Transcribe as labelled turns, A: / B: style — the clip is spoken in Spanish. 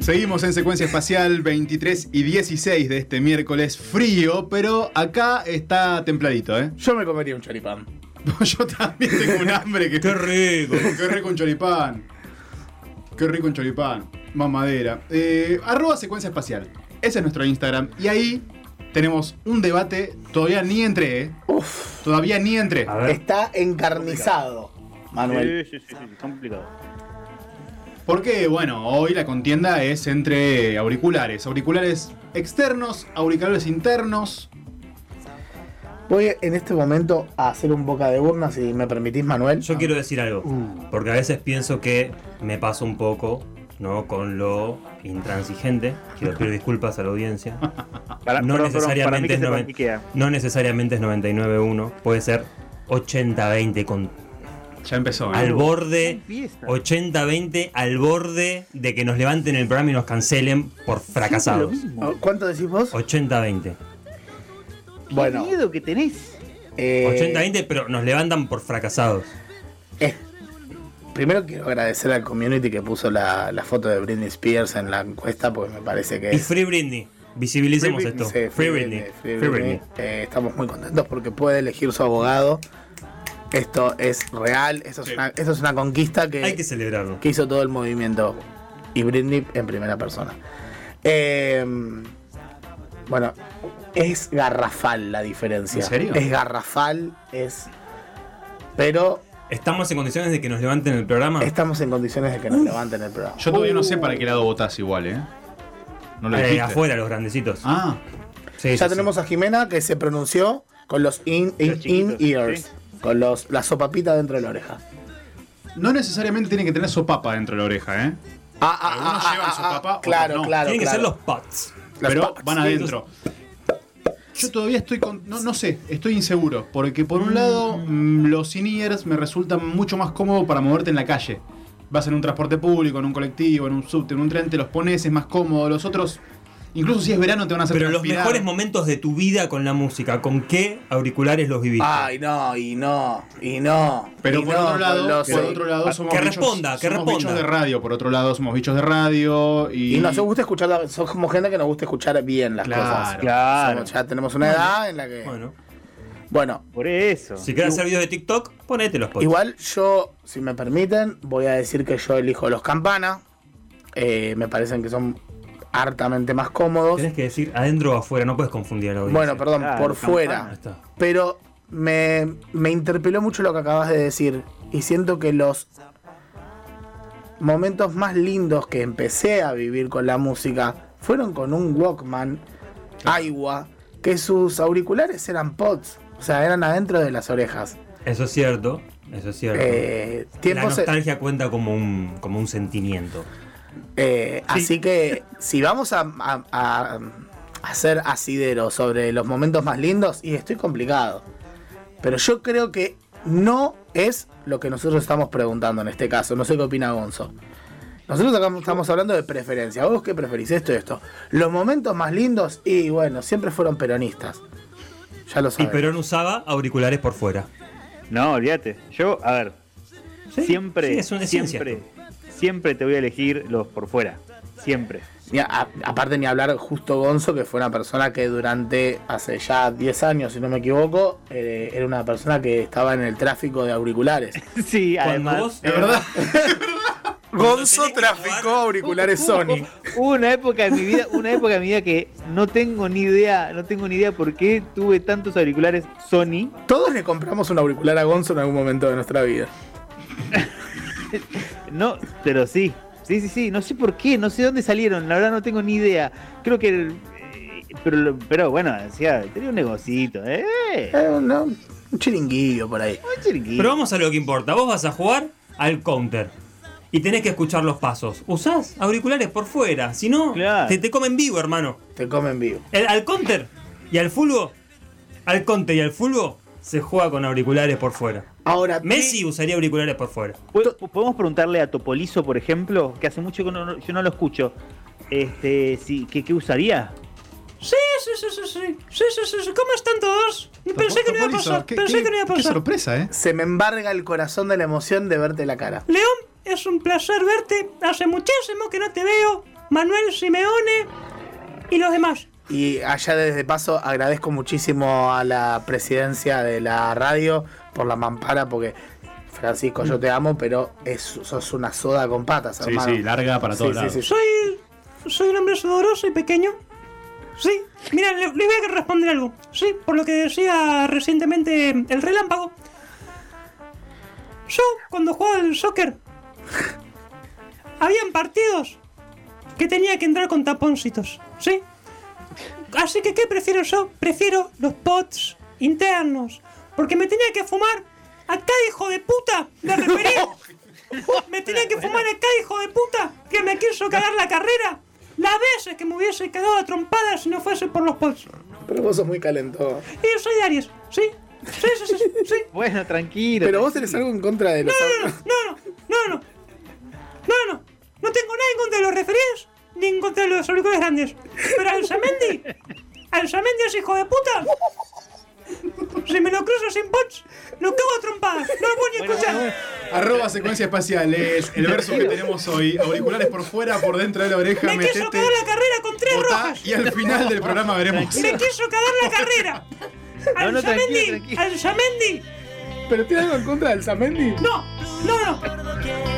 A: Seguimos en secuencia espacial 23 y 16 de este miércoles frío, pero acá está templadito, ¿eh?
B: Yo me comería un choripán.
A: Yo también tengo un hambre que.
C: ¡Qué rico!
A: Qué rico un choripán. Qué rico un choripán. Mamadera. Eh, arroba secuencia espacial. Ese es nuestro Instagram. Y ahí tenemos un debate. Todavía ni entré, ¿eh?
B: Uf,
A: Todavía ni entré.
C: A ver.
B: está encarnizado, Manuel.
D: Sí, sí, sí, sí, complicado.
A: Porque, bueno, hoy la contienda es entre auriculares. Auriculares externos, auriculares internos.
B: Voy en este momento a hacer un boca de urna, si me permitís, Manuel.
C: Yo quiero decir algo,
B: Mm.
C: porque a veces pienso que me paso un poco, ¿no? Con lo intransigente. Quiero pedir disculpas a la audiencia.
D: Para,
C: No
D: perdón, perdón, para
C: necesariamente
D: mí que
C: es
D: se
C: noven-
D: paniquea.
C: No necesariamente es 99.1, puede ser 80-20 con
A: Ya empezó, ¿eh?
C: al borde.
D: Empieza.
C: 80-20 al borde de que nos levanten el programa y nos cancelen por fracasados.
B: Oh,
D: Oh,
B: ¿Cuánto decís vos?
C: 80-20.
B: Bueno,
D: Qué miedo que tenés.
B: eh,
C: 80-20, pero nos levantan por fracasados.
B: Eh, primero quiero agradecer al community que puso la, la foto de Britney Spears en la encuesta porque me parece que
C: Y
B: es.
C: Free Britney. Visibilicemos
A: Free
C: esto.
B: Sí, Eh. Free
C: free
B: Britney,
C: Britney.
B: Free
C: Free
B: Britney.
C: Britney.
B: Eh, estamos muy contentos porque puede elegir su abogado. Esto es real, esto es,
A: Sí.
B: una, esto es una conquista
C: Hay
B: que,
C: que celebrarlo.
B: que hizo todo el movimiento. Y Britney en primera persona. Eh, bueno, es garrafal la diferencia.
A: ¿En serio?
B: Es garrafal, es. Pero
C: ¿Estamos en condiciones de que nos levanten el programa?
B: estamos en condiciones de que nos levanten el programa.
A: Ah. Yo todavía no sé para qué lado
B: Uh.
A: votás igual, ¿eh? No lo
C: Eh,
A: dijiste.
C: afuera, los grandecitos.
A: Ah,
C: Sí, sí,
B: Ya
C: sí.
B: tenemos a Jimena que se pronunció con los in, in-
D: Los chiquitos,
B: in-ears.
D: sí.
B: Con los, la sopapita dentro de la oreja.
A: no necesariamente tienen que tener sopapa dentro de la oreja, ¿eh?
B: Ah, ah,
A: Algunos
B: ah,
A: llevan
B: ah,
A: su
B: ah,
A: papá,
B: Claro,
A: otros no.
B: claro.
C: Tienen que
B: claro.
C: ser los pots.
B: Las
A: pero
B: papas.
A: van adentro. Yo todavía estoy con. No, no sé, estoy inseguro. Porque por un lado, mm, los in-ears me resultan mucho más cómodo para moverte en la calle. Vas en un transporte público, en un colectivo, en un subte, en un tren, te los pones, es más cómodo. Los otros, incluso si es verano, te van a hacer
C: Pero los
A: transpirar.
C: mejores momentos de tu vida con la música, ¿con qué auriculares los viviste?
B: Ay, no, y no, y no.
A: Pero
B: y
A: por,
B: no,
A: otro lado,
B: con los- eh,
A: por otro lado, somos,
C: Que
A: bichos-
C: responda, que
A: somos bichos
C: responda.
A: de radio. Por otro lado, somos bichos de radio. Y,
B: Y nos gusta escuchar, la- somos como gente que nos gusta escuchar bien las
A: Claro.
B: cosas.
D: Claro.
B: Somos- ya tenemos una edad en la que. Bueno,
C: Bueno,
D: Por eso.
C: si quieres hacer videos de TikTok, ponete los pots.
B: igual yo, si me permiten, voy a decir que yo elijo los campana. Eh, me parecen que son hartamente más cómodos.
C: Tienes que decir adentro o afuera, no puedes confundir a la audiencia.
B: Bueno, perdón,
D: Claro,
B: por
D: campana.
C: Ahí
B: fuera.
C: está.
B: Pero me, me interpeló mucho lo que acabas de decir. Y siento que los momentos más lindos que empecé a vivir con la música fueron con un Walkman, Aiwa, que sus auriculares eran pods. O sea, eran adentro de las orejas.
C: Eso es cierto, eso es cierto.
B: Eh,
C: la
B: tiempos,
C: nostalgia cuenta como un, como un sentimiento.
B: eh, Así que si vamos a, a- a hacer asidero sobre los momentos más lindos, y estoy complicado. Pero yo creo que no es lo que nosotros estamos preguntando en este caso. No sé qué opina Gonzo. Nosotros acá estamos hablando de preferencia. ¿Vos qué preferís? Esto y esto. Los momentos más lindos, y bueno, siempre fueron peronistas. Ya lo
C: Y
B: sabes.
C: Perón usaba auriculares por fuera.
D: No, olvídate. Yo, a ver,
C: Sí,
D: siempre,
C: sí, es una esencia.
D: siempre, siempre te voy a elegir los por fuera. Siempre.
B: Ni a- a- aparte ni hablar justo Gonzo, que fue una persona que durante hace ya 10 años, si no me equivoco, eh, era una persona que estaba en el tráfico de auriculares.
D: Sí,
C: Cuando
D: además.
C: vos-
A: De verdad.
C: Gonzo traficó
B: auriculares Sony.
D: Hubo una época de mi vida, una época de mi vida que no tengo ni idea, no tengo ni idea por qué tuve tantos auriculares Sony.
B: Todos le compramos un auricular a Gonzo en algún momento de nuestra vida.
D: No, pero sí. Sí, sí, sí. No sé por qué, no sé dónde salieron. La verdad no tengo ni idea. Creo que. el- eh, Pero, lo- pero bueno, decía, tenía un negocito, ¿eh?
B: Eh, no, un chiringuillo por ahí.
D: Un chiringuito.
C: Pero vamos a lo que importa. Vos vas a jugar al counter. Y tenés que escuchar los pasos. Usás auriculares por fuera. Si no,
D: Claro.
C: te, te comen vivo, hermano.
B: Te comen vivo.
C: El- al counter y al fulbo. Al counter y al fulbo se juega con auriculares por fuera.
B: Ahora, ¿qué-
C: Messi usaría auriculares por fuera.
D: ¿Po- ¿Podemos preguntarle a Topolizo, por ejemplo, que hace mucho que no- no- yo no lo escucho, este, si, ¿qué, qué usaría?
C: Sí, sí, sí, sí, sí. Sí, sí, sí, sí. ¿Cómo están todos? Pensé que no iba a pasar.
A: ¿Qué-
C: Pensé
A: qué-
C: que no iba a
A: Qué
C: pasar.
A: sorpresa, ¿eh?
B: se me embarga el corazón de la emoción de verte la cara.
C: León,
E: es un placer verte. Hace muchísimo que no te veo. Manuel Simeone y los demás.
B: Y allá desde paso agradezco muchísimo a la presidencia de la radio por la mampara, porque Francisco, yo te amo, pero es, sos una soda con patas,
A: Sí,
B: hermano.
A: sí, larga para todos
B: Sí, sí,
A: lados.
B: sí.
E: Soy. Soy un hombre sudoroso y pequeño. Sí. Mira, le, le voy a responder algo. Sí, por lo que decía recientemente el relámpago. Yo, cuando jugaba al soccer, habían partidos que tenía que entrar con taponcitos, ¿sí? Así que, ¿qué prefiero yo? Prefiero los pots internos. Porque me tenía que fumar a cada hijo de puta de referir. Me tenía que fumar acá, hijo de puta, que me quiso cagar la carrera. Las veces que me hubiese quedado a trompadas si no fuese por los pols.
B: Pero vos sos muy calentón.
E: Y yo soy de Aries, ¿sí? Sí, sí, sí, sí, sí.
D: Bueno, tranquilo.
B: Pero vos tenés algo en contra de los.
E: No, no, no, no, no. No, no. No tengo nada en contra de los referidos, ni en contra de los auriculares grandes. Pero al Samendi, al Samendi es hijo de puta. Si me lo cruzo sin pots, lo cago a trompadas. No lo puedo ni escuchar.
A: Arroba secuencia espacial es el verso que tenemos hoy. Auriculares por fuera, por dentro de la oreja,
E: me quiso
A: metete,
E: cagar la carrera con tres
A: botá,
E: rojas.
A: y al final del programa veremos.
E: Me quiso cagar la carrera. Al
D: No, no, tranquilo,
E: Yamendi,
D: tranquilo.
E: al Yamendi.
B: Pero tenés algo en contra del Samendi.
E: No, no, no.